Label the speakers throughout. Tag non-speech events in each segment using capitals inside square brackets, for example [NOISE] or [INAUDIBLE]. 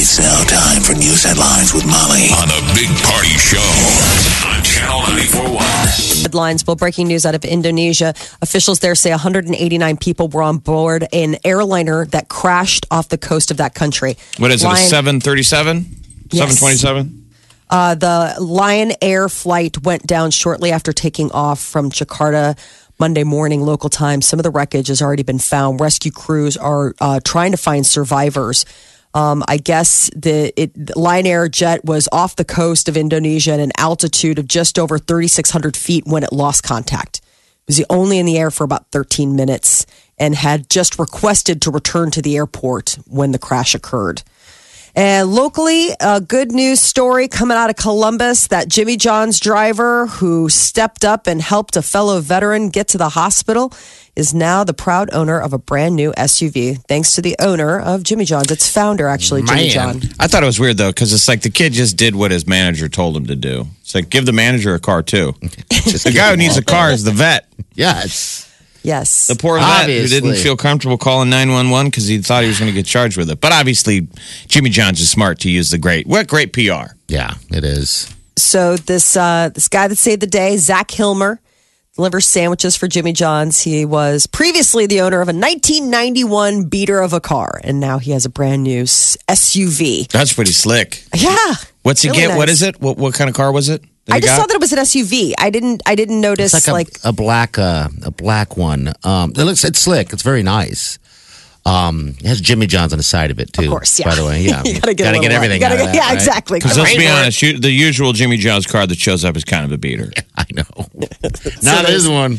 Speaker 1: It's now time for news headlines with Molly on the Big Party Show on Channel 941.
Speaker 2: Headlines. Well, breaking news out of Indonesia. Officials there say 189 people were on board an airliner that crashed off the coast of that country.
Speaker 3: What is it? A
Speaker 2: Lion-
Speaker 3: 737?
Speaker 2: Yes.
Speaker 3: 727?
Speaker 2: Uh, the Lion Air flight went down shortly after taking off from Jakarta Monday morning local time. Some of the wreckage has already been found. Rescue crews are uh, trying to find survivors. Um, I guess the it, Lion Air jet was off the coast of Indonesia at an altitude of just over 3,600 feet when it lost contact. It was only in the air for about 13 minutes and had just requested to return to the airport when the crash occurred. And locally, a good news story coming out of Columbus that Jimmy John's driver, who stepped up and helped a fellow veteran get to the hospital, is now the proud owner of a brand new SUV, thanks to the owner of Jimmy John's, its founder, actually, Jimmy John.
Speaker 3: I thought it was weird though, because it's like the kid just did what his manager told him to do. It's like give the manager a car too. the guy who needs a car is the vet.
Speaker 4: Yes.
Speaker 2: Yes.
Speaker 3: The poor vet who
Speaker 4: Obviously.
Speaker 3: didn't feel comfortable calling 911 because he thought he was going to get charged with it. But obviously, Jimmy John's is smart to use the great. What great PR?
Speaker 4: Yeah, it is.
Speaker 2: so this uh, this guy that saved the day, Zach Hilmer, delivers sandwiches for Jimmy John's. He was previously the owner of a 1991 beater of a car, and now he has a brand new s- SUV.
Speaker 3: That's pretty slick.
Speaker 2: Yeah.
Speaker 3: What's he
Speaker 2: Really
Speaker 3: get? What
Speaker 2: nice.
Speaker 3: is it? What what kind of car was it? that
Speaker 2: I
Speaker 3: he
Speaker 2: just
Speaker 3: got?
Speaker 2: saw that it was an SUV. I didn't. I didn't notice.
Speaker 4: It's like a,
Speaker 2: like, [LAUGHS]
Speaker 4: a black uh, a black one. Um, it looks it's slick. It's very nice. Um, it has Jimmy John's on the side of it too.
Speaker 2: of course, yeah.
Speaker 4: By the
Speaker 2: [LAUGHS]
Speaker 4: way, yeah,
Speaker 2: you gotta get, a little
Speaker 4: everything.
Speaker 2: Light. You
Speaker 4: out of
Speaker 2: gotta
Speaker 4: that,
Speaker 2: get- yeah,
Speaker 4: right?
Speaker 2: exactly.
Speaker 3: Because let's be honest, you, the usual Jimmy John's car that shows up is kind of a beater.
Speaker 4: I
Speaker 2: [LAUGHS]
Speaker 4: know. Not this one.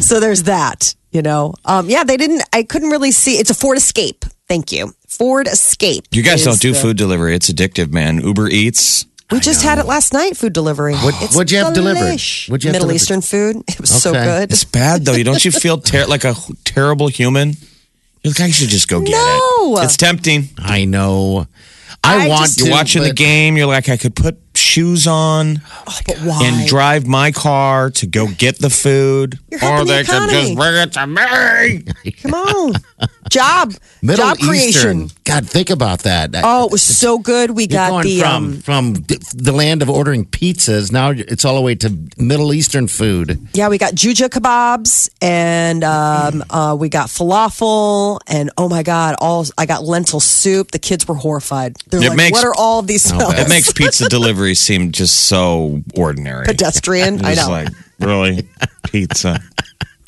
Speaker 2: So there's that, you know. Um, yeah, they didn't. I couldn't really see. It's a Ford Escape. Thank you, Ford Escape.
Speaker 3: You guys
Speaker 2: is
Speaker 3: don't do
Speaker 2: the-
Speaker 3: food delivery; it's addictive, man. Uber Eats.
Speaker 2: We just had it last night. Food
Speaker 4: [GASPS]
Speaker 2: delivery. What,
Speaker 4: what'd you have delivered? What'd you have
Speaker 2: Middle
Speaker 4: delivered?
Speaker 2: Eastern food. It was so
Speaker 4: Okay.
Speaker 2: good.
Speaker 3: It's bad though. You don't you feel ter- like a h- terrible human? You're like, I should just go get
Speaker 2: No.
Speaker 3: it. It's tempting.
Speaker 4: I know. I,
Speaker 2: I
Speaker 4: want
Speaker 2: just-
Speaker 4: to.
Speaker 3: You're watching the
Speaker 4: but-
Speaker 3: game. You're like, I could put shoes on
Speaker 2: But why?
Speaker 3: and drive my car to go get the food,
Speaker 2: You're
Speaker 3: or
Speaker 2: helping the
Speaker 3: they could just
Speaker 2: economy.
Speaker 3: bring it to me.
Speaker 2: Come
Speaker 4: [LAUGHS]
Speaker 2: on, job,
Speaker 4: Middle
Speaker 2: job creation.
Speaker 4: Eastern. God, think about that. That-
Speaker 2: Oh, it was so good. We
Speaker 4: You're
Speaker 2: got
Speaker 4: going
Speaker 2: the
Speaker 4: from
Speaker 2: um,
Speaker 4: from d- the land of ordering pizzas. Now it's all the way to Middle Eastern food.
Speaker 2: yeah, we got juja kebabs and um, uh, we got falafel and oh my god, all I got lentil soup. The kids were horrified. They're
Speaker 3: It
Speaker 2: like,
Speaker 3: makes-
Speaker 2: what are all of these smells?
Speaker 3: It makes pizza delivery seem just so
Speaker 2: [LAUGHS]
Speaker 3: ordinary.
Speaker 2: pedestrian. I
Speaker 3: It's
Speaker 2: know.
Speaker 3: like really pizza.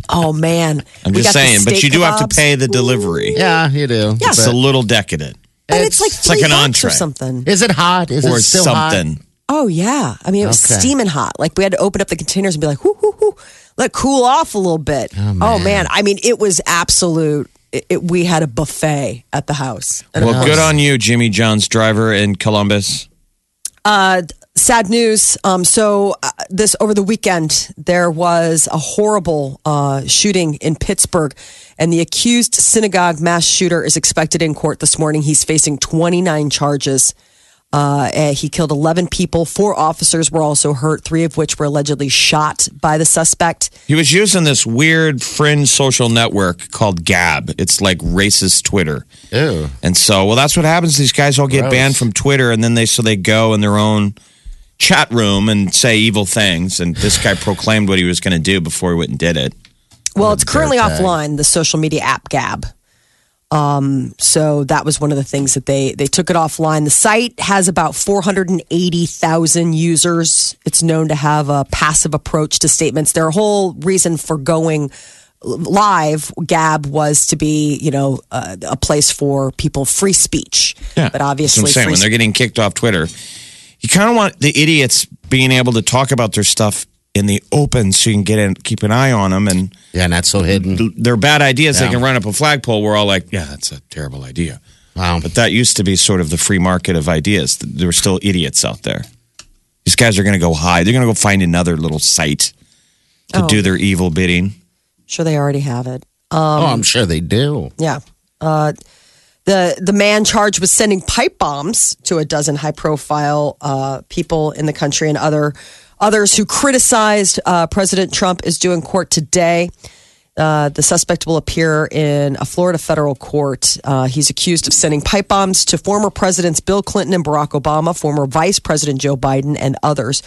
Speaker 2: oh man,
Speaker 3: I'm
Speaker 2: We
Speaker 3: just
Speaker 2: got the
Speaker 3: saying, but
Speaker 2: steak
Speaker 3: you do have to
Speaker 2: kebabs.
Speaker 3: pay the delivery.
Speaker 4: Yeah, you do.
Speaker 2: Yeah.
Speaker 3: It's a little decadent.
Speaker 2: But it's, like
Speaker 3: like
Speaker 2: three
Speaker 3: an
Speaker 2: bucks or
Speaker 3: entree.
Speaker 2: something.
Speaker 4: Is it hot? Is
Speaker 3: or
Speaker 4: it still hot?
Speaker 3: something.
Speaker 2: Oh yeah, I mean it was
Speaker 4: Okay.
Speaker 2: steaming hot. Like we had to open up the containers and be like, "Whoo, whoo, whoo," let it cool off a little bit. Oh man, I mean it was absolute. It, it- we had a buffet at the house. And
Speaker 3: Well, good on you, Jimmy John's driver in Columbus.
Speaker 2: uh, sad news. Um, so uh, this over the weekend there was a horrible uh, shooting in Pittsburgh, and the accused synagogue mass shooter is expected in court this morning. He's facing 29 charges. Uh, eh, he killed 11 people. Four officers were also hurt, three of which were allegedly shot by the suspect.
Speaker 3: He was using this weird fringe social network called Gab. It's like racist Twitter.
Speaker 4: Ew.
Speaker 3: And so, well, that's what happens. These guys all get
Speaker 4: Gross.
Speaker 3: banned from Twitter, and then they so they go in their own chat room and say evil things. And this guy proclaimed what he was going to do before he went and did it.
Speaker 2: Well, it's currently offline, the social media app Gab. Um, so that was one of the things that they they took it offline. The site has about 480,000 users. It's known to have a passive approach to statements. Their whole reason for going live Gab was to be, you know, uh, a place for people free speech. but obviously
Speaker 3: That's what I'm saying.
Speaker 2: free
Speaker 3: when they're getting kicked off Twitter, you kind of want the idiots being able to talk about their stuff in the open, so you can get in, keep an eye on them and.
Speaker 4: Yeah, not so hidden.
Speaker 3: their bad ideas, they
Speaker 4: Yeah.
Speaker 3: can run up a flagpole. We're all like, yeah, that's a terrible idea.
Speaker 4: Wow.
Speaker 3: But that used to be sort of the free market of ideas. There were still idiots out there. These guys are going to go hide. They're going to go find another little site to
Speaker 2: Oh.
Speaker 3: do their evil bidding.
Speaker 2: Sure, they already have it.
Speaker 4: oh, I'm sure they do.
Speaker 2: Yeah. Uh, the the man charged with sending pipe bombs to a dozen high profile uh, people in the country and other others who criticized uh, President Trump is due in court today. Uh, the suspect will appear in a Florida federal court. Uh, he's accused of sending pipe bombs to former presidents Bill Clinton and Barack Obama, former Vice President Joe Biden, and others.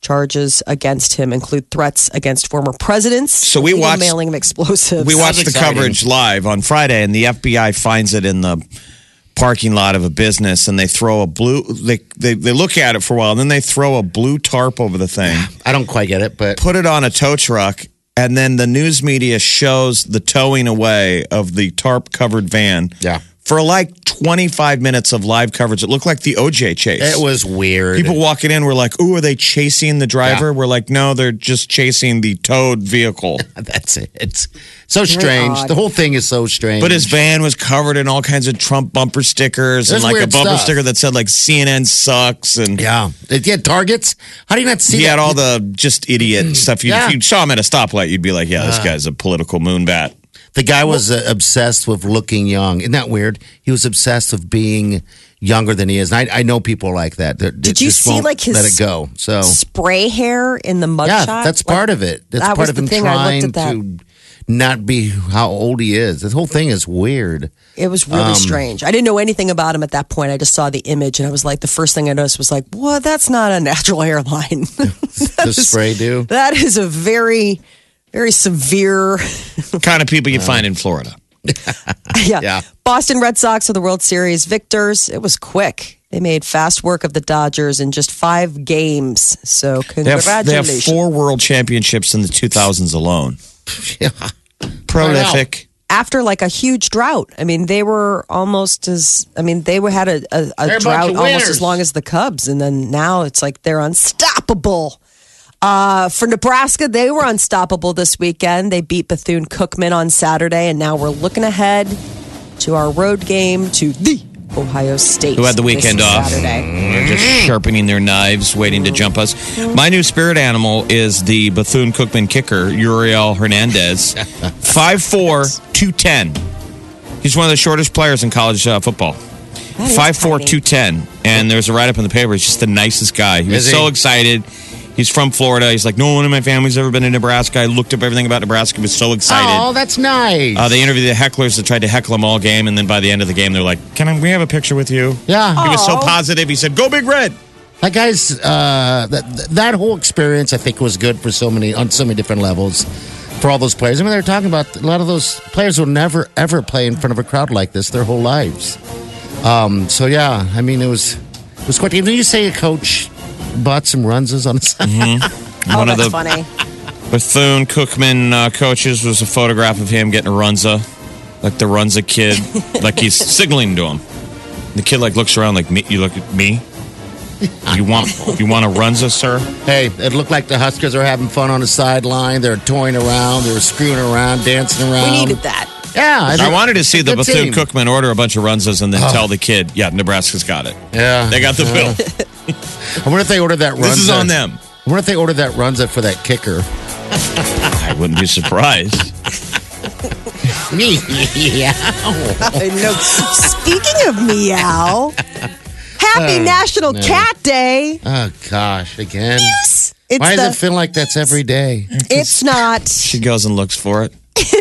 Speaker 2: Charges against him include threats against former presidents.
Speaker 3: So we
Speaker 2: illegal
Speaker 3: watched-
Speaker 2: mailing of explosives.
Speaker 3: We watched the
Speaker 4: exciting.
Speaker 3: coverage live on Friday, and the FBI finds it in the parking lot of a business, and they throw a blue. They they, they look at it for a while, and then they throw a blue tarp over the thing,
Speaker 4: I don't quite get it, but
Speaker 3: put it on a tow truck, and then the news media shows the towing away of the tarp covered van.
Speaker 4: Yeah.
Speaker 3: For like 25 minutes of live coverage, it looked like the OJ chase.
Speaker 4: it was weird.
Speaker 3: People walking in were like, "Ooh, are they chasing the driver?"
Speaker 4: Yeah.
Speaker 3: We're like, "No, they're just chasing the towed
Speaker 4: [LAUGHS]
Speaker 3: vehicle."
Speaker 4: [LAUGHS] That's it. It's so strange.
Speaker 2: odd.
Speaker 4: The whole thing is so strange.
Speaker 3: But his van was covered in all kinds of Trump bumper stickers and
Speaker 4: That's
Speaker 3: like a
Speaker 4: weird
Speaker 3: bumper
Speaker 4: stuff.
Speaker 3: sticker that said like CNN sucks and
Speaker 4: yeah, it had targets. How do you not see
Speaker 3: he
Speaker 4: that?
Speaker 3: had all the just idiot stuff. You,
Speaker 4: Hmm. Yeah. Uh.
Speaker 3: If you saw him at a stoplight, you'd be like, yeah, this guy's a political moonbat.
Speaker 4: the guy was uh, obsessed with looking young. Isn't that weird? He was obsessed with being younger than he is. And I, I know people like that. They're- they
Speaker 2: Did you
Speaker 4: just
Speaker 2: see,
Speaker 4: won't
Speaker 2: like, his
Speaker 4: let it go? So
Speaker 2: spray hair in the mugshot.
Speaker 4: yeah, that's part of it. That's
Speaker 2: that was
Speaker 4: part of
Speaker 2: the
Speaker 4: him
Speaker 2: thing. I
Speaker 4: trying
Speaker 2: looked at
Speaker 4: to not be how old he is. This whole thing
Speaker 2: [LAUGHS]
Speaker 4: is weird.
Speaker 2: It was
Speaker 4: um,
Speaker 2: really strange. I didn't know anything about him at that point. I just saw the image, and I was like, the first thing I noticed was like, "Well, that's not a natural [LAUGHS] hairline.
Speaker 4: The [LAUGHS] spray do.
Speaker 2: that is a very, very severe." [LAUGHS]
Speaker 3: kind of
Speaker 4: Uh.
Speaker 3: people you find in Florida.
Speaker 2: yeah.
Speaker 4: Yeah.
Speaker 2: Boston Red Sox are the World Series victors. It was quick. They made fast work of the Dodgers in just five games. So
Speaker 3: They have, they have
Speaker 2: congratulations.
Speaker 3: four world championships in the 2000s alone.
Speaker 4: Yeah.
Speaker 3: Prolific.
Speaker 2: After like a huge drought, I mean, they were almost as I mean, they were had a, a,
Speaker 4: They're
Speaker 2: a
Speaker 4: a bunch
Speaker 2: drought
Speaker 4: of
Speaker 2: almost
Speaker 4: winners.
Speaker 2: as long as the Cubs, and then now it's like they're unstoppable. Uh, for Nebraska, they were unstoppable this weekend. They beat Bethune Cookman on Saturday, and now we're looking ahead to our road game to the Ohio State.
Speaker 3: Who had the
Speaker 2: this
Speaker 3: weekend off. Mm,
Speaker 2: Saturday.
Speaker 3: They're just sharpening their knives, waiting to jump us. My new spirit animal is the Bethune Cookman kicker, Uriel Hernandez. 5'4, 210. He's one of the shortest players in college uh, football.
Speaker 2: is
Speaker 3: 5'4,
Speaker 2: tiny.
Speaker 3: 210. And there's a write up in the paper. He's just the nicest guy. He was
Speaker 4: Is he?
Speaker 3: so excited. He's from Florida. He's like, no one in my family's ever been to Nebraska. I looked up everything about Nebraska, was so excited.
Speaker 4: Oh, that's nice.
Speaker 3: Uh, they interviewed the hecklers that tried to heckle him all game, and then by the end of the game, they're like, "Can I, we have a picture with you?"
Speaker 4: Yeah.
Speaker 2: Oh.
Speaker 3: he was so
Speaker 2: Aw.
Speaker 3: positive. He said, "Go Big Red."
Speaker 4: That guy's uh, that that whole experience, I think, was good for so many on so many different levels for all those players. I mean, they're talking about a lot of those players will never ever play in front of a crowd like this their whole lives. Um, so yeah, I mean, it was it was quite. Even you say a coach bought some runs on the side.
Speaker 2: Oh,
Speaker 3: One of
Speaker 2: that's
Speaker 3: the-
Speaker 2: funny.
Speaker 3: Bethune Cookman uh, coaches was a photograph of him getting a runza, like the
Speaker 2: [LAUGHS]
Speaker 3: runza kid, like he's signaling to him. The kid like looks around, like me. You look at me. You want you want a runza, sir?
Speaker 4: Hey, it looked like the Huskers are having fun on the sideline. They're toying around. They were screwing around, dancing
Speaker 3: um,
Speaker 4: around.
Speaker 2: We needed that.
Speaker 4: Yeah,
Speaker 3: I wanted to see the
Speaker 4: Good
Speaker 3: Bethune
Speaker 4: team.
Speaker 3: Cookman order a bunch of runzas and then tell the kid, "Yeah, Nebraska's got it.
Speaker 4: Yeah,
Speaker 3: They
Speaker 2: [LAUGHS]
Speaker 3: got the bill.
Speaker 4: I wonder if they ordered that. Runza.
Speaker 3: This is on them."
Speaker 4: I wonder if they ordered that Runza for that
Speaker 2: [LAUGHS]
Speaker 4: kicker.
Speaker 3: I wouldn't be surprised.
Speaker 4: Me, yeah.
Speaker 2: Speaking of
Speaker 3: [LAUGHS]
Speaker 2: meow,
Speaker 3: Uh,
Speaker 2: happy National Cat Day.
Speaker 4: Oh gosh, again.
Speaker 2: It's
Speaker 4: Why
Speaker 2: the,
Speaker 4: does it feel like that's every day?
Speaker 2: it's not. [LAUGHS]
Speaker 3: She goes and looks for it.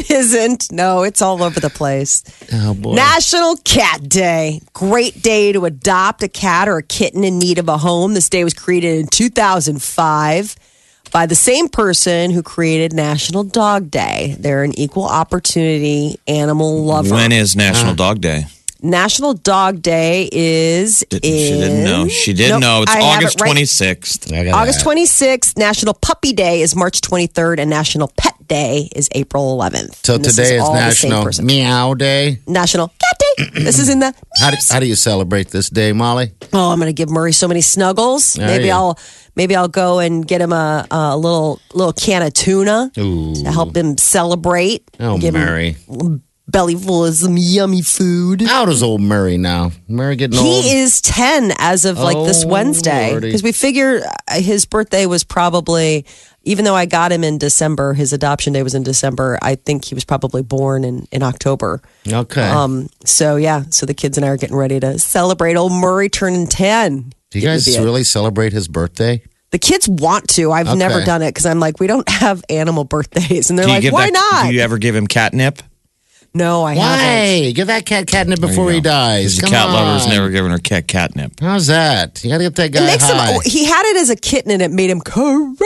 Speaker 2: isn't. No, it's all over the place.
Speaker 4: Oh boy.
Speaker 2: National Cat Day. Great day to adopt a cat or a kitten in need of a home. This day was created in 2005 by the same person who created National Dog Day. They're an equal opportunity animal lover.
Speaker 3: When is
Speaker 2: Uh.
Speaker 3: National Dog Day?
Speaker 2: National Dog Day is
Speaker 3: Didn't- she didn't know.
Speaker 2: in-
Speaker 3: She did
Speaker 2: Nope,
Speaker 3: know. It's
Speaker 2: I have
Speaker 3: August
Speaker 2: it right-
Speaker 3: twenty sixth.
Speaker 4: I got
Speaker 2: August
Speaker 4: that.
Speaker 2: 26th, National Puppy Day is March 23rd, and National Pet Day is April 11th.
Speaker 4: So
Speaker 2: And this
Speaker 4: today is,
Speaker 2: all the same
Speaker 4: National
Speaker 2: person.
Speaker 4: Meow Day.
Speaker 2: National Cat
Speaker 4: [CLEARS THROAT]
Speaker 2: Day. this is in the.
Speaker 4: How do, how do you celebrate this day, Molly?
Speaker 2: Oh, I'm going to give Murray so many snuggles.
Speaker 4: There
Speaker 2: maybe
Speaker 4: you go.
Speaker 2: I'll maybe I'll go and get him a, a little little can of tuna to help him celebrate.
Speaker 4: Oh,
Speaker 2: [LAUGHS] give him
Speaker 4: Mary.
Speaker 2: belly full of some yummy food.
Speaker 4: How does old Murray now? Murray getting old.
Speaker 2: He is 10 as of like this
Speaker 4: Oh,
Speaker 2: Wednesday.
Speaker 4: Lordy.
Speaker 2: Because we figure uh, his birthday was probably, even though I got him in December, his adoption day was in December, I think he was probably born in, in October.
Speaker 4: okay.
Speaker 2: Um, so yeah, so the kids and I are getting ready to celebrate old Murray turning 10.
Speaker 4: Do you
Speaker 2: It would
Speaker 4: guys
Speaker 2: be a-
Speaker 4: really celebrate his birthday?
Speaker 2: The kids want to. I've
Speaker 4: Okay.
Speaker 2: never done it because I'm like, we don't have animal [LAUGHS] birthdays. And they're
Speaker 3: Do
Speaker 2: like,
Speaker 3: you give
Speaker 2: why
Speaker 3: that-
Speaker 2: not?
Speaker 3: Do you ever give him catnip?
Speaker 2: no, I haven't.
Speaker 4: Why? Give that cat catnip
Speaker 3: There you
Speaker 4: before he
Speaker 3: go.
Speaker 4: dies.
Speaker 3: The
Speaker 4: Come
Speaker 3: cat
Speaker 4: on.
Speaker 3: lover's never given her cat catnip.
Speaker 4: How's that? You got to get that guy
Speaker 2: It makes
Speaker 4: high.
Speaker 2: him, he had it as a kitten and it made him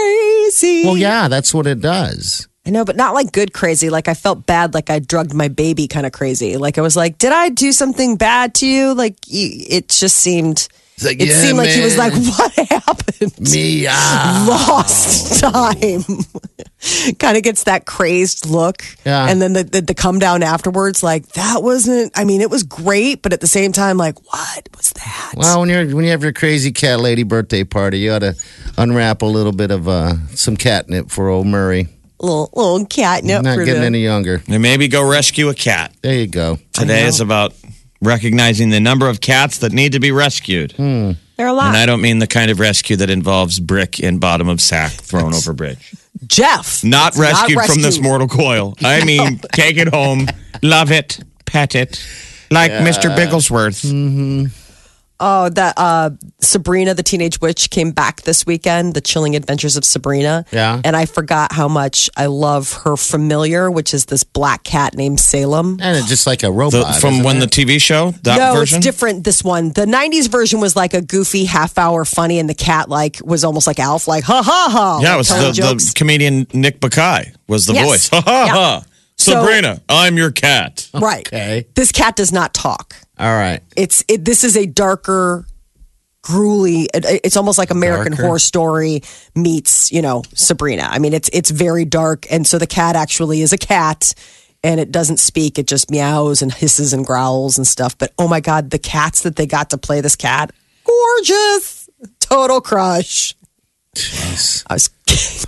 Speaker 2: crazy.
Speaker 4: well, yeah, that's what it does.
Speaker 2: I know, but not like good crazy. Like I felt bad, like I drugged my baby kind of crazy. Like I was like, did I do something bad to you? Like y- it just seemed,
Speaker 4: It's like,
Speaker 2: it
Speaker 4: yeah,
Speaker 2: seemed like he was like,
Speaker 4: man.
Speaker 2: what [LAUGHS] happened?
Speaker 4: [LAUGHS] Me, ah.
Speaker 2: Lost time. [LAUGHS] kind of gets that crazed look.
Speaker 4: Yeah.
Speaker 2: And then the, the, the come down afterwards, like that wasn't, I mean, it was great, but at the same time, like, what was that?
Speaker 4: Well, when you're when you have your crazy cat lady birthday party, you ought to unwrap a little bit of uh, some catnip for old Murray.
Speaker 2: little, little catnip.
Speaker 4: Not
Speaker 2: for
Speaker 4: getting
Speaker 2: the-
Speaker 4: any younger.
Speaker 3: And maybe go rescue a cat.
Speaker 4: There you go.
Speaker 3: Today is about recognizing the number of cats that need to be rescued.
Speaker 2: Hmm. They're a
Speaker 3: And I
Speaker 2: lot.
Speaker 3: don't mean the kind of rescue that involves brick and bottom of sack thrown over bridge.
Speaker 2: Jeff.
Speaker 3: Not
Speaker 2: It's
Speaker 3: rescued from this
Speaker 2: rescued.
Speaker 3: mortal coil.
Speaker 2: [LAUGHS]
Speaker 3: I mean, take it home, love it, pet it, like Mr. Bigglesworth.
Speaker 2: Oh, that uh, Sabrina the Teenage Witch came back this weekend, The Chilling Adventures of Sabrina.
Speaker 4: Yeah.
Speaker 2: And I forgot how much I love her familiar, which is this black cat named Salem.
Speaker 4: And it's just like a
Speaker 3: The-
Speaker 4: robot.
Speaker 3: from
Speaker 4: isn't
Speaker 3: when
Speaker 4: it?
Speaker 3: the TV show, that
Speaker 2: no,
Speaker 3: version?
Speaker 2: it's different. This one, the '90s version was like a goofy half hour funny, and the cat like was almost like Alf, like ha ha ha.
Speaker 3: Yeah,
Speaker 2: like
Speaker 3: it was
Speaker 2: telling
Speaker 3: the, the
Speaker 2: jokes.
Speaker 3: comedian Nick Bakay was the
Speaker 2: Yes.
Speaker 3: voice. [LAUGHS] Ha ha ha.
Speaker 2: So-
Speaker 3: Sabrina, I'm your cat.
Speaker 2: right.
Speaker 4: Okay.
Speaker 2: This cat does not talk.
Speaker 4: All right.
Speaker 2: it's it, this is a darker gruely it- it's almost like american
Speaker 4: Darker?
Speaker 2: horror story meets you know sabrina i mean it's it's very dark and so the cat actually is a cat and it doesn't speak it just meows and hisses and growls and stuff but oh my god the cats that they got to play this cat gorgeous total crush i was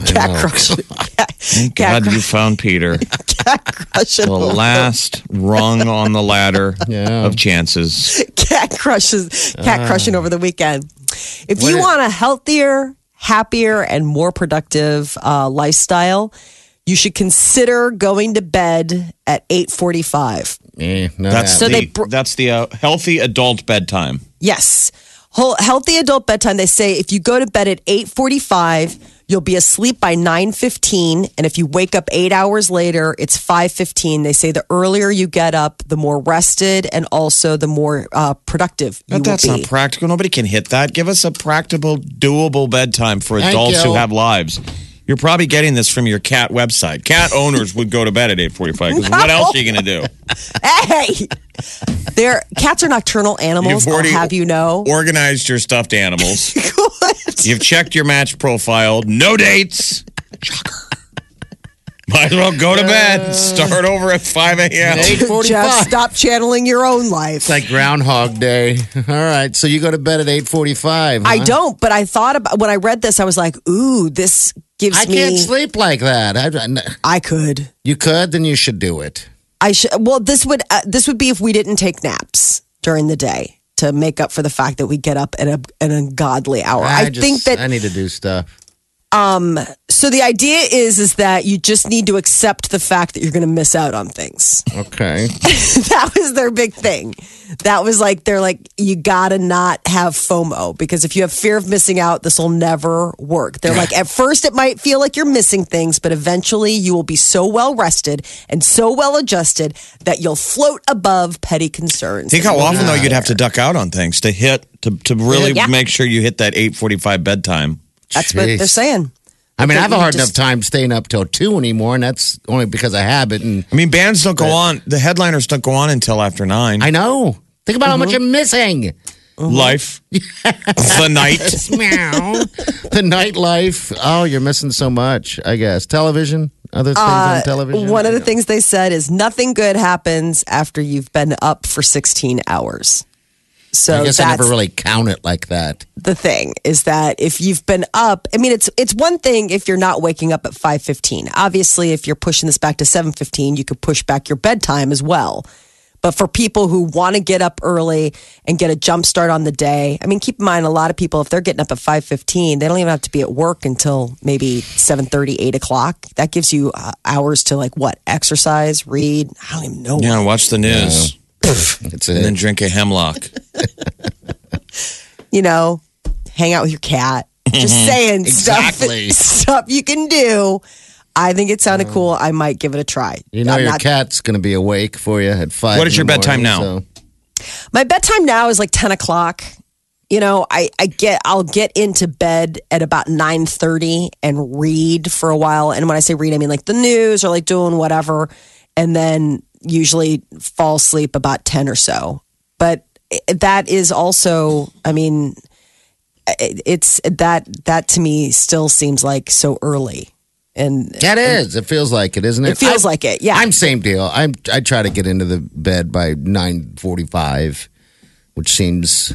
Speaker 2: cat crush cat, cat,
Speaker 3: God,
Speaker 2: cru-
Speaker 3: you found Peter.
Speaker 2: cat crush [LAUGHS]
Speaker 3: The last rung on the ladder
Speaker 4: Yeah.
Speaker 3: of chances.
Speaker 2: cat crushes cat
Speaker 3: Ah.
Speaker 2: crushing over the weekend. If you
Speaker 4: What a-
Speaker 2: want a healthier, happier, and more productive uh, lifestyle, you should consider going to bed at eight forty-five.
Speaker 4: Eh, no,
Speaker 3: That's
Speaker 4: that-
Speaker 2: So
Speaker 3: the,
Speaker 2: they br-
Speaker 3: that's the uh, healthy adult bedtime.
Speaker 2: Yes, Whole, healthy adult bedtime. They say if you go to bed at eight forty-five, you'll be asleep by nine fifteen, and if you wake up eight hours later, it's five fifteen. They say the earlier you get up, the more rested, and also the more uh, productive you
Speaker 3: But that's
Speaker 2: will
Speaker 3: not
Speaker 2: be.
Speaker 3: practical. Nobody can hit that. Give us a practical, doable bedtime for
Speaker 4: Thank
Speaker 3: adults who
Speaker 4: you.
Speaker 3: have lives. You're probably getting this from your cat website. Cat owners would go to bed at 8:45 because what else are
Speaker 2: [LAUGHS]
Speaker 3: you going to do?
Speaker 2: Hey, they're cats are nocturnal animals. I'll have you
Speaker 4: [LAUGHS]
Speaker 2: know.
Speaker 3: organized your stuffed animals. You've checked your match profile. No dates. Shocker. Might as well go to
Speaker 4: Uh.
Speaker 3: bed. Start over at 5 a.m.
Speaker 4: 8:45.
Speaker 2: Just stop channeling your own life.
Speaker 4: It's like Groundhog Day. [LAUGHS] All right, so you go to bed at eight forty-five.
Speaker 2: I don't, but I thought about when I read this, I was like, ooh, this gives
Speaker 4: I
Speaker 2: me.
Speaker 4: can't sleep like that. I, I-
Speaker 2: I could.
Speaker 4: you could, then you should do it.
Speaker 2: I should. Well, this would uh, this would be if we didn't take naps during the day to make up for the fact that we get up at a, an ungodly hour. I,
Speaker 4: just-
Speaker 2: think that
Speaker 4: I need to do stuff.
Speaker 2: so. The idea is is that you just need to accept the fact that you're going to miss out on things. [LAUGHS]
Speaker 4: Okay.
Speaker 2: that was their big thing. That was like they're like you gotta not have FOMO because if you have fear of missing out, this will never work. They're like at first it might feel like you're missing things, but eventually you will be so well rested and so well adjusted that you'll float above petty concerns.
Speaker 3: Think how often though you'd have to duck out on things to hit to, to really
Speaker 2: Yeah.
Speaker 3: make sure you hit that 8:45 bedtime.
Speaker 2: That's what
Speaker 4: Jeez.
Speaker 2: they're saying.
Speaker 4: I mean, I have a
Speaker 2: you
Speaker 4: hard enough
Speaker 2: just-
Speaker 4: time staying up till two anymore, and that's only because I habit. And
Speaker 3: I mean, bands don't go on. The headliners don't go on until after nine.
Speaker 4: I know. Think about how much
Speaker 2: Mm-hmm. [LAUGHS]
Speaker 4: I'm missing.
Speaker 3: Life, [LAUGHS] the night.
Speaker 4: Meow. [LAUGHS] the nightlife. Oh, you're missing so much. I guess television. Other things on television.
Speaker 2: Uh, One of the things they said is nothing good happens after you've been up for 16 hours. So
Speaker 4: I guess I
Speaker 2: that's
Speaker 4: never really count it like that.
Speaker 2: the thing is that if you've been up, I mean, it's it's one thing if you're not waking up at five fifteen. Obviously, if you're pushing this back to seven fifteen, you could push back your bedtime as well. But for people who want to get up early and get a jump start on the day, I mean, keep in mind a lot of people if they're getting up at five fifteen, they don't even have to be at work until maybe 7.30, 8 o'clock. That gives you uh, hours to like what exercise, read. I don't even know.
Speaker 3: Yeah, watch the news
Speaker 4: It's
Speaker 3: and then
Speaker 4: a,
Speaker 3: drink a
Speaker 4: [LAUGHS]
Speaker 3: hemlock.
Speaker 2: you know, hang out with your cat. Just saying
Speaker 4: Mm-hmm. [LAUGHS] Exactly.
Speaker 2: [LAUGHS]
Speaker 4: Mm.
Speaker 2: stuff, stuff you can do. I think it sounded cool. I might give it a try.
Speaker 4: you know
Speaker 2: I'm
Speaker 4: your
Speaker 2: not-
Speaker 4: cat's going to be awake for you at five.
Speaker 3: What is
Speaker 4: in
Speaker 3: your
Speaker 4: the
Speaker 3: bedtime now?
Speaker 4: morning, so-
Speaker 2: My bedtime now is like ten o'clock. You know, I, I get I'll get into bed at about nine thirty and read for a while. And when I say read, I mean like the news or like doing whatever, and then usually fall asleep about ten or so. But i- that is also, I mean, it- it's that that to me still seems like so early, and
Speaker 4: That is. It feels like it, isn't it?
Speaker 2: it feels
Speaker 4: I-
Speaker 2: like it. Yeah,
Speaker 4: I'm same deal. I'm I try to get into the bed by nine forty five, which seems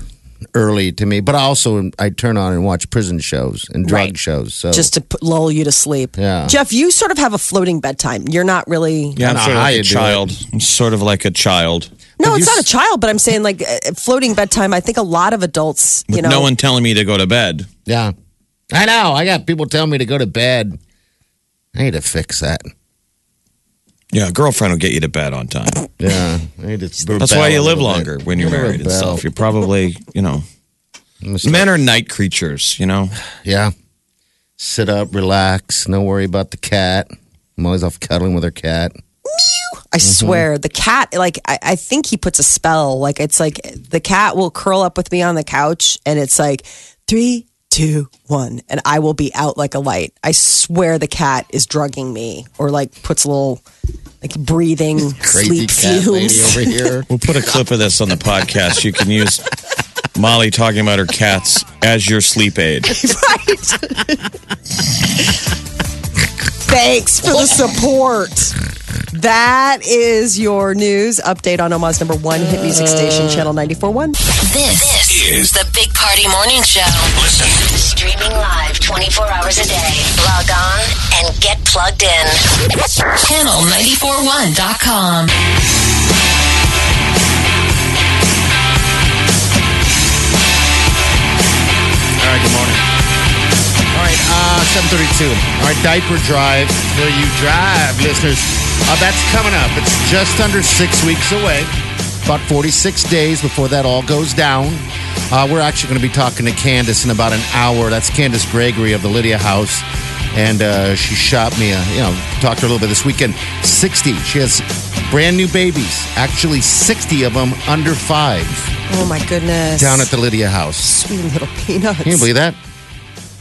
Speaker 4: early to me. But I also I turn on and watch prison shows and drug
Speaker 2: Right.
Speaker 4: shows. So
Speaker 2: just to p- lull you to sleep.
Speaker 4: Oh. Yeah.
Speaker 2: Jeff, you sort of have a floating bedtime. You're not really.
Speaker 3: Yeah, I'm
Speaker 4: I don't
Speaker 3: sort
Speaker 4: know
Speaker 3: of
Speaker 4: how
Speaker 3: like
Speaker 4: you
Speaker 3: a
Speaker 4: do
Speaker 3: child. I'm sort of like a child
Speaker 2: No,
Speaker 4: But
Speaker 2: it's
Speaker 4: you
Speaker 2: not a
Speaker 4: s-
Speaker 2: child, but I'm saying like uh, floating bedtime. I think a lot of adults,
Speaker 3: with
Speaker 2: you know,
Speaker 3: no one telling me to go to bed.
Speaker 4: yeah, I know. I got people telling me to go to bed. I need to fix that.
Speaker 3: Yeah, a girlfriend will get you to bed on time.
Speaker 4: Yeah, I need to
Speaker 3: That's why you live longer when you're married and stuff. You're probably, you
Speaker 4: [LAUGHS]
Speaker 3: know, men are night creatures, you know?
Speaker 4: Yeah, sit up, relax, no worry about the cat. I'm always off cuddling with her cat. Mm-hmm.
Speaker 2: I swear, the cat, like, I, I think he puts a spell. Like, it's like the cat will curl up with me on the couch and it's like three, two, one, and I will be out like a light. I swear the cat is drugging me or like puts a little like breathing
Speaker 4: Crazy
Speaker 2: sleep
Speaker 4: cat lady
Speaker 2: fumes. [LAUGHS]
Speaker 4: over here.
Speaker 3: We'll put a clip of this on the podcast. You can use Molly talking about her cats as your sleep
Speaker 4: [LAUGHS]
Speaker 3: aid.
Speaker 2: right. Thanks for the support. That is your news update on Omaha's number one hit music station, Channel 94.1.
Speaker 5: This, is the Big Party Morning Show.
Speaker 1: Listen.
Speaker 5: Streaming live 24 hours a day. Log on and get plugged in. Channel941.com.
Speaker 4: All right, good morning. All right, uh, 732. All right, diaper drive where you drive, listeners. Uh, that's coming up. It's just under six weeks away, about 46 days before that all goes down. Uh, we're actually going to be talking to Candace in about an hour. That's Candace Gregory of the Lydia House. And uh, she shot me, uh, you know, talked to her a little bit this weekend. 60. She has brand new babies, actually 60 of them under five
Speaker 2: Oh my goodness.
Speaker 4: down at the Lydia House.
Speaker 2: sweet little peanuts.
Speaker 4: Can you believe that?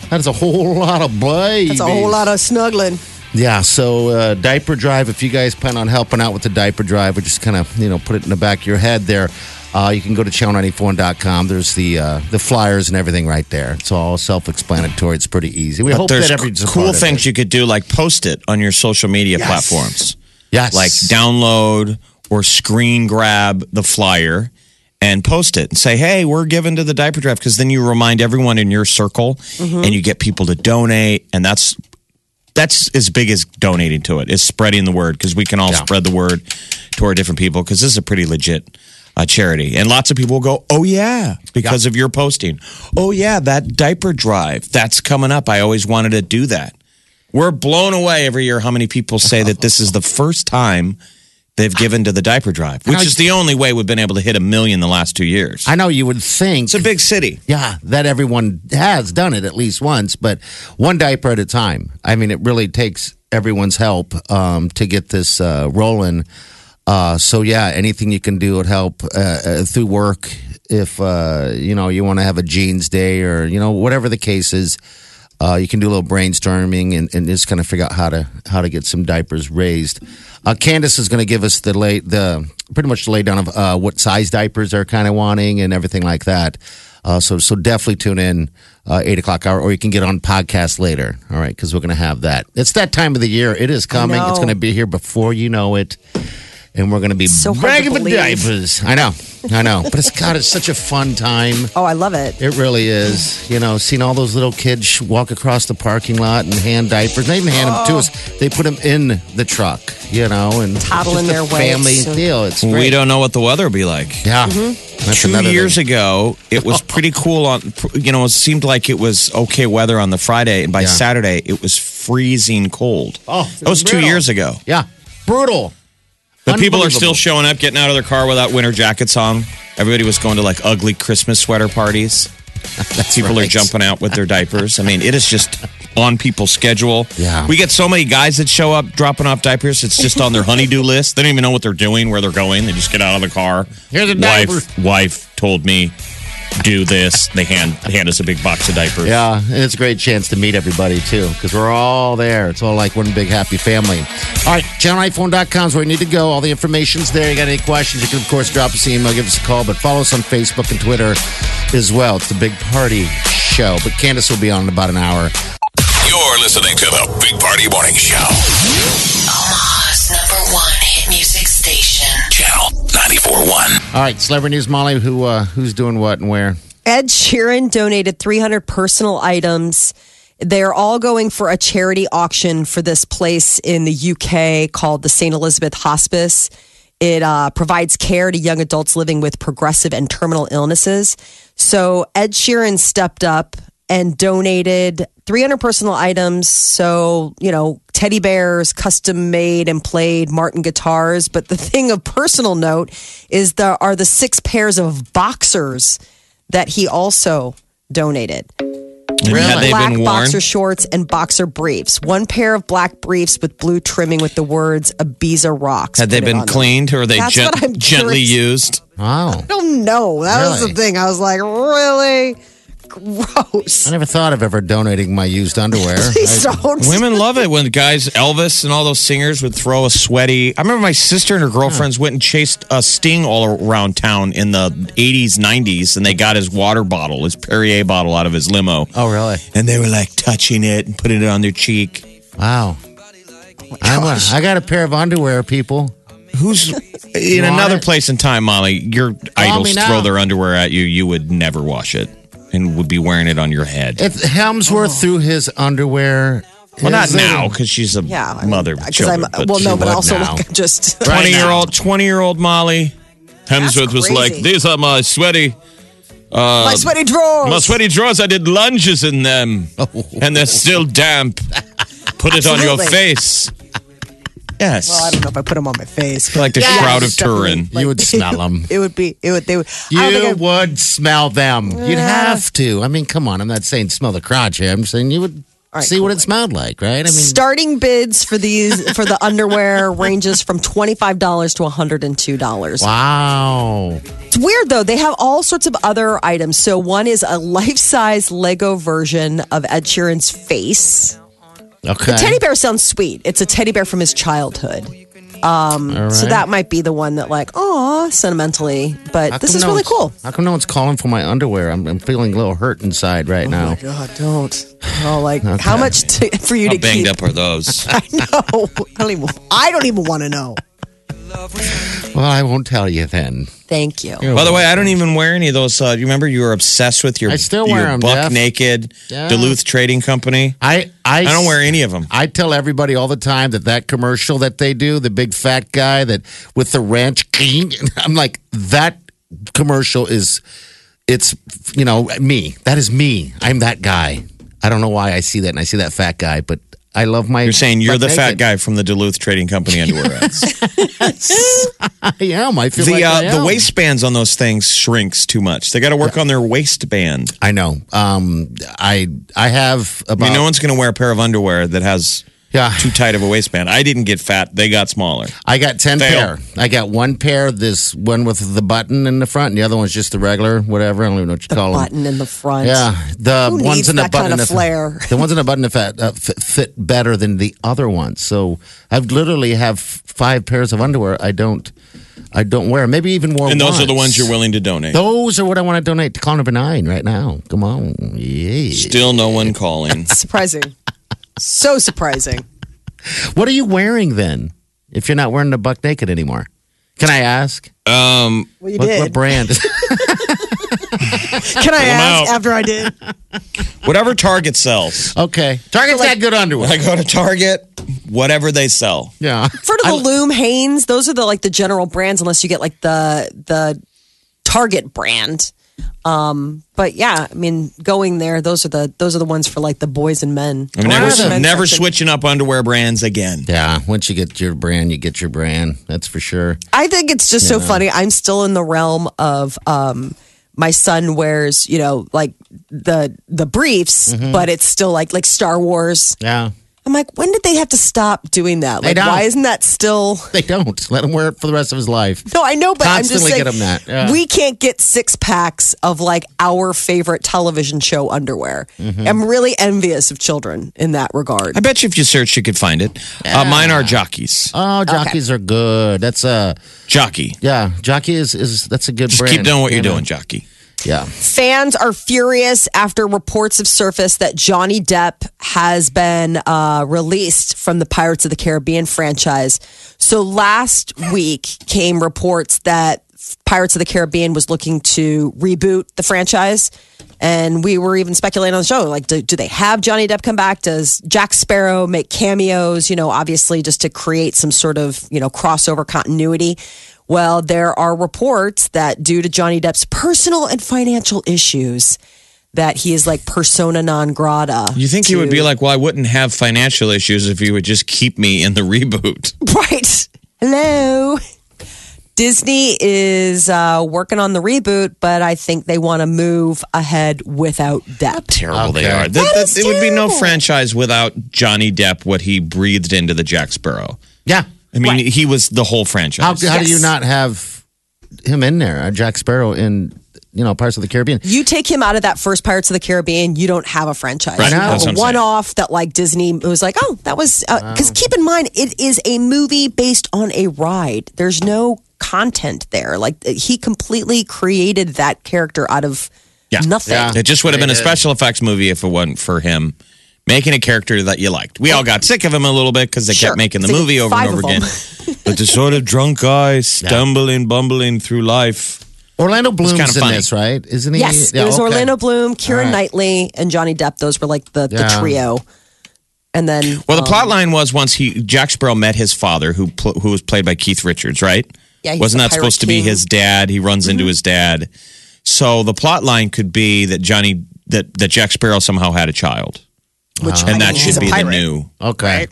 Speaker 4: That is a whole [LAUGHS] lot of babies.
Speaker 2: That's a whole lot of snuggling.
Speaker 4: Yeah, so uh, diaper drive, if you guys plan on helping out with the diaper drive, we just kind of, you know, put it in the back of your head there. Uh, you can go to channel94.com. There's the uh, the flyers and everything right there. It's all self explanatory. It's pretty easy. We hope
Speaker 3: There's
Speaker 4: that every
Speaker 3: cool things you could do, like post it on your social media platforms.
Speaker 4: Yes.
Speaker 3: like download or screen grab the flyer and post it and say, hey, we're giving to the diaper drive. Because then you remind everyone in your circle
Speaker 4: Mm-hmm.
Speaker 3: and you get people to donate. And that's that's as big as donating to it is spreading the word because we can all
Speaker 4: Yeah.
Speaker 3: spread the word to our different people because this is a pretty legit uh, charity and lots of people will go oh yeah because of your posting oh yeah that diaper drive that's coming up i always wanted to do that we're blown away every year how many people say that this is the first time they've given to the diaper drive which is the only way we've been able to hit a million the last two years
Speaker 4: I know you would think.
Speaker 3: it's a big city
Speaker 4: yeah, that everyone has done it at least once, but one diaper at a time. I mean, it really takes everyone's help um, to get this uh, rolling. Uh, so yeah, anything you can do would help uh, uh, through work. If uh, you know you want to have a jeans day or you know whatever the case is, uh, you can do a little brainstorming and, and just kind of figure out how to how to get some diapers raised. Uh, Candace is going to give us the lay, the pretty much the laydown of uh, what size diapers they're kind of wanting and everything like that. Uh, so so definitely tune in uh, eight o'clock hour, or you can get on podcast later. All right, because we're going to have that. It's that time of the year. It is coming. It's
Speaker 2: know.
Speaker 4: going to be here before you know it. and we're going to be
Speaker 2: So hard to
Speaker 4: bragging for
Speaker 2: believe.
Speaker 4: diapers. I know, I know, but it's God, it's such a fun time.
Speaker 2: Oh, I love it.
Speaker 4: It really is. You know, seeing all those little kids sh- walk across the parking lot and hand diapers. They even hand them
Speaker 2: Oh.
Speaker 4: to us. They put them in the truck. You know, and
Speaker 2: Toddling
Speaker 4: just a
Speaker 2: their way,
Speaker 4: family
Speaker 2: so- Mm-hmm.
Speaker 4: deal. It's great.
Speaker 3: We don't know what the weather will be like.
Speaker 4: Yeah, That's
Speaker 3: Two
Speaker 4: another
Speaker 3: years
Speaker 4: thing.
Speaker 3: ago, it
Speaker 4: [LAUGHS]
Speaker 3: was pretty cool. On you know, it seemed like it was okay weather on the Friday, and by
Speaker 4: Yeah.
Speaker 3: Saturday, it was freezing cold.
Speaker 4: Oh,
Speaker 3: that was two
Speaker 4: brutal.
Speaker 3: years ago.
Speaker 4: Yeah, brutal.
Speaker 3: But people are still
Speaker 4: Unbelievable.
Speaker 3: showing up, getting out of their car without winter jackets on. Everybody was going to like ugly Christmas sweater
Speaker 4: [LAUGHS]
Speaker 3: parties. people are
Speaker 4: right.
Speaker 3: jumping out with their diapers. I mean, it is just on people's schedule.
Speaker 4: Yeah.
Speaker 3: We get so many guys that show up dropping off diapers. It's just
Speaker 4: [LAUGHS]
Speaker 3: on their honeydew list. They don't even know what they're doing, where they're going. They just get out of the car.
Speaker 4: Here's a diaper.
Speaker 3: wife, wife told me, do this. They hand hand us a big box of diapers.
Speaker 4: Yeah, and it's a great chance to meet everybody too, because we're all there. It's all like one big happy family. All right, channeliphone.com is where you need to go. All the information's there. You got any questions? You can of course drop us an email, give us a call, but follow us on Facebook and Twitter as well. It's the Big Party Show. But Candace will be on in about an hour.
Speaker 1: You're listening to the Big Party Morning Show.
Speaker 5: Omaha's number one hit music station.
Speaker 1: Channel 94.1.
Speaker 4: All right, celebrity news, Molly. Who uh, who's doing what and where?
Speaker 2: Ed Sheeran donated 300 personal items. They're all going for a charity auction for this place in the UK called the St. Elizabeth Hospice. It uh, provides care to young adults living with progressive and terminal illnesses. So Ed Sheeran stepped up and donated 300 personal items. So, you know, teddy bears, custom made and played Martin guitars. But the [LAUGHS] thing of personal note is there are the six pairs of boxers that he also donated
Speaker 3: And Had they
Speaker 2: black
Speaker 3: been worn?
Speaker 2: boxer shorts and boxer briefs. One pair of black briefs with blue trimming with the words Ibiza rocks.
Speaker 3: Had they
Speaker 2: printed
Speaker 3: been
Speaker 2: on them.
Speaker 3: cleaned, or were they
Speaker 2: That's
Speaker 3: gen-
Speaker 2: what I'm
Speaker 3: gently used?
Speaker 4: Wow,
Speaker 2: I don't know. That was the
Speaker 4: Really?
Speaker 2: thing. I was like, really gross.
Speaker 4: I never thought of ever donating my used underwear.
Speaker 2: Please don't.
Speaker 3: [LAUGHS] Women love it when guys, Elvis and all those singers would throw a sweaty. I remember my sister and her girlfriends went and chased a sting all around town in the 80s, 90s, and they got his water bottle, his Perrier bottle out of his limo.
Speaker 4: oh, really?
Speaker 3: And they were like touching it and putting it on their cheek.
Speaker 4: Wow. I'm a, I got a pair of underwear, people.
Speaker 2: [LAUGHS]
Speaker 3: Who's in
Speaker 4: want
Speaker 3: another
Speaker 4: it?
Speaker 3: place in time, Molly? Your idols
Speaker 4: me now.
Speaker 3: throw their underwear at you. You would never wash it and would be wearing it on your head.
Speaker 4: If Helmsworth threw his underwear,
Speaker 3: well, not
Speaker 4: his little-
Speaker 3: now because she's a
Speaker 2: Yeah, I mean,
Speaker 3: mother. of
Speaker 2: Because I'm
Speaker 3: children,
Speaker 2: well,
Speaker 3: she
Speaker 2: no, but
Speaker 3: would
Speaker 2: also
Speaker 3: now.
Speaker 2: like [LAUGHS] I'm
Speaker 3: [LAUGHS]
Speaker 2: just
Speaker 4: Right
Speaker 3: 20 year
Speaker 4: now.
Speaker 3: old 20 year old Molly Hemsworth
Speaker 2: That's
Speaker 3: was like
Speaker 2: crazy.
Speaker 3: these are my sweaty
Speaker 2: my sweaty drawers.
Speaker 3: my sweaty drawers I did lunges in them
Speaker 4: Oh.
Speaker 3: and they're
Speaker 2: [LAUGHS]
Speaker 3: still damp put it on your
Speaker 2: Absolutely.
Speaker 3: face yes
Speaker 2: Well, I don't know if I put them on my face. but
Speaker 3: like um, the
Speaker 2: yeah,
Speaker 3: shroud of
Speaker 2: it's definitely,
Speaker 3: Turin
Speaker 4: You would smell 'em.
Speaker 2: [LAUGHS] It would be. It would. They would. I don't
Speaker 4: You
Speaker 2: think I-
Speaker 4: would smell them. You'd have to. I mean, come on. I'm not saying smell the crotch here. I'm saying you would
Speaker 2: right,
Speaker 4: see what it smelled like, right? I mean,
Speaker 2: Starting bids for these for the underwear ranges from twenty five dollars to one hundred and two dollars.
Speaker 4: wow.
Speaker 2: It's weird though. They have all sorts of other items. So one is a [LAUGHS] life size Lego version of Ed Sheeran's face.
Speaker 4: Okay.
Speaker 2: Teddy bear sounds sweet. It's a teddy bear from his childhood.
Speaker 4: All
Speaker 2: So
Speaker 4: right.
Speaker 2: that might be the one that like, oh, sentimentally. But
Speaker 4: How
Speaker 2: this
Speaker 4: come
Speaker 2: is
Speaker 4: no
Speaker 2: really
Speaker 4: one's-
Speaker 2: cool.
Speaker 4: How come no one's calling for my underwear? I'm, I'm feeling a little hurt inside right
Speaker 2: Oh my
Speaker 4: now.
Speaker 2: god, don't. Oh, like how much to, for you
Speaker 3: how
Speaker 2: to keep?
Speaker 3: banged up are those
Speaker 2: No, [LAUGHS] I don't even. I don't even want to know.
Speaker 4: Well, I won't tell you then.
Speaker 2: Thank you.
Speaker 3: by the way I don't even wear any of those uh, you remember you were obsessed with your
Speaker 4: I still
Speaker 3: your
Speaker 4: wear 'em,
Speaker 3: buck
Speaker 4: Jeff.
Speaker 3: naked
Speaker 4: Yeah.
Speaker 3: Duluth Trading Company
Speaker 4: I, I,
Speaker 3: I don't wear any of them
Speaker 4: I tell everybody all the time that that commercial that they do, the big fat guy that with the ranch, [LAUGHS] I'm like that commercial is, it's you know me. That is me. I'm that guy. I don't know why I see that and I see that fat guy, but I love my.
Speaker 3: you're saying you're
Speaker 4: butt
Speaker 3: the fat
Speaker 4: naked.
Speaker 3: guy from the Duluth Trading Company underwear ads.
Speaker 4: [LAUGHS] I am. I feel
Speaker 3: the
Speaker 4: like I
Speaker 3: uh, the
Speaker 4: am.
Speaker 3: waistbands on those things shrinks too much. They got to work on their waistband.
Speaker 4: I know. Um, I I have
Speaker 3: I
Speaker 4: about.
Speaker 3: mean, no one's going to wear a pair of underwear that has
Speaker 4: yeah,
Speaker 3: too tight of a waistband. I didn't get fat; they got smaller.
Speaker 4: I got ten
Speaker 3: Fail.
Speaker 4: pair. I got one pair. This one with the button in the front, and the other one's just the regular, whatever. I don't even know what you
Speaker 3: Oh.
Speaker 4: call them.
Speaker 2: Button in the front.
Speaker 4: Yeah, the
Speaker 2: Who
Speaker 4: ones
Speaker 2: needs
Speaker 4: in the
Speaker 2: that
Speaker 4: button
Speaker 2: kind of
Speaker 4: if-
Speaker 2: flair?
Speaker 4: The ones in the button if that uh, fit, fit better than the other ones. So I've literally have five pairs of underwear. I don't, I don't wear. Maybe even more.
Speaker 3: And those are the ones you're willing to donate.
Speaker 4: Oh, Those are what I want to donate to Call Number Nine right now. Come on, yeah.
Speaker 3: Still, no one
Speaker 4: [LAUGHS]
Speaker 3: calling.
Speaker 2: Surprising. so surprising.
Speaker 4: What are you wearing then? If you're not wearing the buck naked anymore, Can I ask?
Speaker 3: Um,
Speaker 6: Well, you
Speaker 4: What,
Speaker 6: did.
Speaker 4: what brand?
Speaker 2: [LAUGHS]
Speaker 6: Can I ask
Speaker 3: out.
Speaker 6: after I did?
Speaker 3: Whatever Target sells.
Speaker 4: okay. Target's got good underwear.
Speaker 3: I go to Target, whatever they sell.
Speaker 4: yeah.
Speaker 2: Fruit of the Loom, Hanes, those are the like the general brands, unless you get like the the Target brand. Um, but yeah, I mean, going there, those are the those are the ones for like the boys and men.
Speaker 3: I'm
Speaker 4: Wow.
Speaker 3: never,
Speaker 2: Something.
Speaker 3: never switching up underwear brands again.
Speaker 4: Yeah. Once you get your brand, you get your brand. That's for sure.
Speaker 2: I think it's just so funny. I'm still in the realm of um my son wears, you know, like the the briefs, but it's still like like Star Wars.
Speaker 4: Yeah.
Speaker 2: I'm like, when did they have to stop doing that?
Speaker 4: They
Speaker 2: Like,
Speaker 4: don't.
Speaker 2: why isn't that still?
Speaker 4: They don't. Let him wear it for the rest of his life.
Speaker 2: No, I know, but
Speaker 4: Constantly
Speaker 2: I'm
Speaker 4: get
Speaker 2: just
Speaker 4: 'em
Speaker 2: saying
Speaker 4: that, yeah.
Speaker 2: we can't get six packs of like our favorite television show underwear.
Speaker 4: Mm-hmm.
Speaker 2: I'm really envious of children in that regard.
Speaker 3: I bet you if you search, you could find it. Uh, mine are jockeys.
Speaker 4: Oh, jockeys are good. That's a
Speaker 3: Jockey.
Speaker 4: yeah. Jockey is is that's a good
Speaker 3: Just
Speaker 4: brand.
Speaker 3: keep doing what you're
Speaker 4: You know?
Speaker 3: doing, jockey.
Speaker 4: Yeah.
Speaker 2: Fans are furious after reports have surfaced that Johnny Depp has been uh, released from the Pirates of the Caribbean franchise. So last week came reports that Pirates of the Caribbean was looking to reboot the franchise. And we were even speculating on the show like, do, do they have Johnny Depp come back? Does Jack Sparrow make cameos? You know, obviously just to create some sort of, you know, crossover continuity. Well, there are reports that due to Johnny Depp's personal and financial issues, that he is like persona non grata.
Speaker 3: You think he would be like, well, I wouldn't have financial issues if you would just keep me in the [LAUGHS] reboot.
Speaker 2: [LAUGHS] right? Hello. Disney is uh, working on the reboot, but I think they want to move ahead without Depp.
Speaker 3: Terrible they
Speaker 4: Okay.
Speaker 3: are. That, that- it would be no franchise without Johnny Depp, what he breathed into the Jack Sparrow.
Speaker 4: Yeah.
Speaker 3: I mean, he was the whole franchise.
Speaker 4: How how do you
Speaker 2: Yes.
Speaker 4: not have him in there? uh, Jack Sparrow in you know parts of the Caribbean.
Speaker 2: You take him out of that first Pirates of the Caribbean, you don't have a franchise.
Speaker 3: Right,
Speaker 2: You have
Speaker 3: that's
Speaker 2: a
Speaker 3: what I'm saying.
Speaker 2: one-off that like Disney was like, oh, that was because keep in mind it is a movie based on a ride. There's no content there. Like uh, he completely created that character out of
Speaker 3: Yeah.
Speaker 2: nothing.
Speaker 4: Yeah.
Speaker 3: It just would have been a
Speaker 4: They did.
Speaker 3: special effects movie if it wasn't for him making a character that you liked. We all got sick of him a little bit because they
Speaker 2: Sure.
Speaker 3: kept making the
Speaker 2: It's like
Speaker 3: movie over and
Speaker 2: five
Speaker 3: over
Speaker 2: of
Speaker 3: again. [LAUGHS] but the sort of
Speaker 2: [LAUGHS]
Speaker 3: drunk guy stumbling, bumbling through life.
Speaker 4: Orlando Bloom's
Speaker 3: kinda
Speaker 4: in
Speaker 3: funny.
Speaker 4: this, right? Isn't he?
Speaker 2: Yes,
Speaker 4: Yeah,
Speaker 2: it was
Speaker 4: okay.
Speaker 2: Orlando Bloom, Kieran
Speaker 4: All right.
Speaker 2: Knightley, and Johnny Depp. Those were like the, the
Speaker 4: Yeah.
Speaker 2: trio. And then
Speaker 3: Well, the
Speaker 2: um,
Speaker 3: plot line was once he Jack Sparrow met his father, who pl- who was played by Keith Richards, right?
Speaker 2: Yeah, he's
Speaker 3: wasn't
Speaker 2: the
Speaker 3: that
Speaker 2: Pirate
Speaker 3: supposed to be
Speaker 2: King. Mm-hmm.
Speaker 3: his dad? He runs into his dad. So the plot line could be that Johnny that that Jack Sparrow somehow had a child,
Speaker 2: which
Speaker 3: and
Speaker 2: I
Speaker 3: that
Speaker 2: mean,
Speaker 3: should
Speaker 2: he's a
Speaker 3: be the
Speaker 2: pirate.
Speaker 3: new.
Speaker 4: Okay.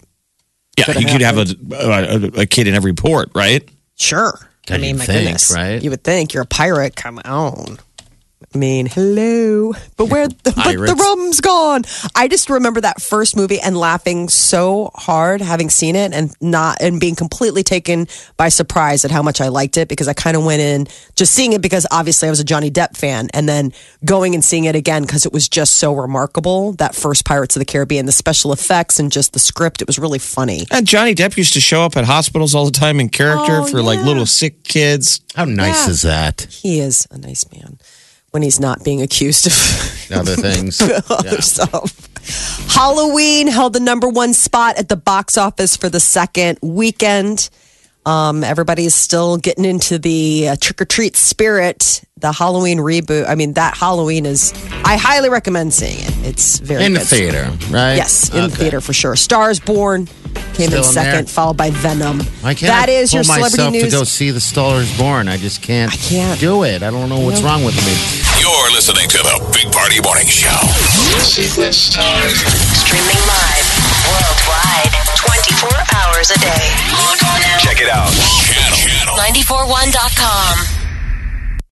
Speaker 3: Yeah, you could have a, a a kid in every port, right?
Speaker 2: Sure. I
Speaker 4: God,
Speaker 2: mean,
Speaker 4: you'd
Speaker 2: my
Speaker 4: think,
Speaker 2: goodness.
Speaker 4: right?
Speaker 2: You would think you're a pirate. Come on. I mean, hello. But where the, but the
Speaker 4: Pirates.
Speaker 2: rum's gone. I just remember that first movie and laughing so hard having seen it and not and being completely taken by surprise at how much I liked it because I kind of went in just seeing it because obviously I was a Johnny Depp fan and then going and seeing it again because it was just so remarkable that first Pirates of the Caribbean the special effects and just the script it was really funny.
Speaker 3: And Johnny Depp used to show up at hospitals all the time in character
Speaker 2: Oh,
Speaker 3: for like little sick kids.
Speaker 4: How nice is that?
Speaker 2: He is a nice man when he's not being accused of [LAUGHS]
Speaker 4: Other things.
Speaker 2: other stuff. Halloween held the number one spot at the box office for the second weekend. Um, everybody is still getting into the uh, trick or treat spirit. The Halloween reboot. I mean, that Halloween is. I highly recommend seeing it. It's very
Speaker 4: in the
Speaker 2: good.
Speaker 4: theater, right?
Speaker 2: Yes, in the
Speaker 4: Okay.
Speaker 2: theater for sure. Stars Born came in
Speaker 4: Still in there?
Speaker 2: second, followed by Venom.
Speaker 4: I can't
Speaker 2: that is
Speaker 4: pull
Speaker 2: your
Speaker 4: myself
Speaker 2: celebrity news.
Speaker 4: to go see The Star is Born. I just can't, I
Speaker 2: can't.
Speaker 4: do it. I don't know what's wrong with me.
Speaker 1: You're listening to the Big Party Morning Show. Sequence time.
Speaker 5: Streaming live worldwide 24 hours a day. Log on now.
Speaker 1: Check it out. Channel. Channel.
Speaker 5: 941.com.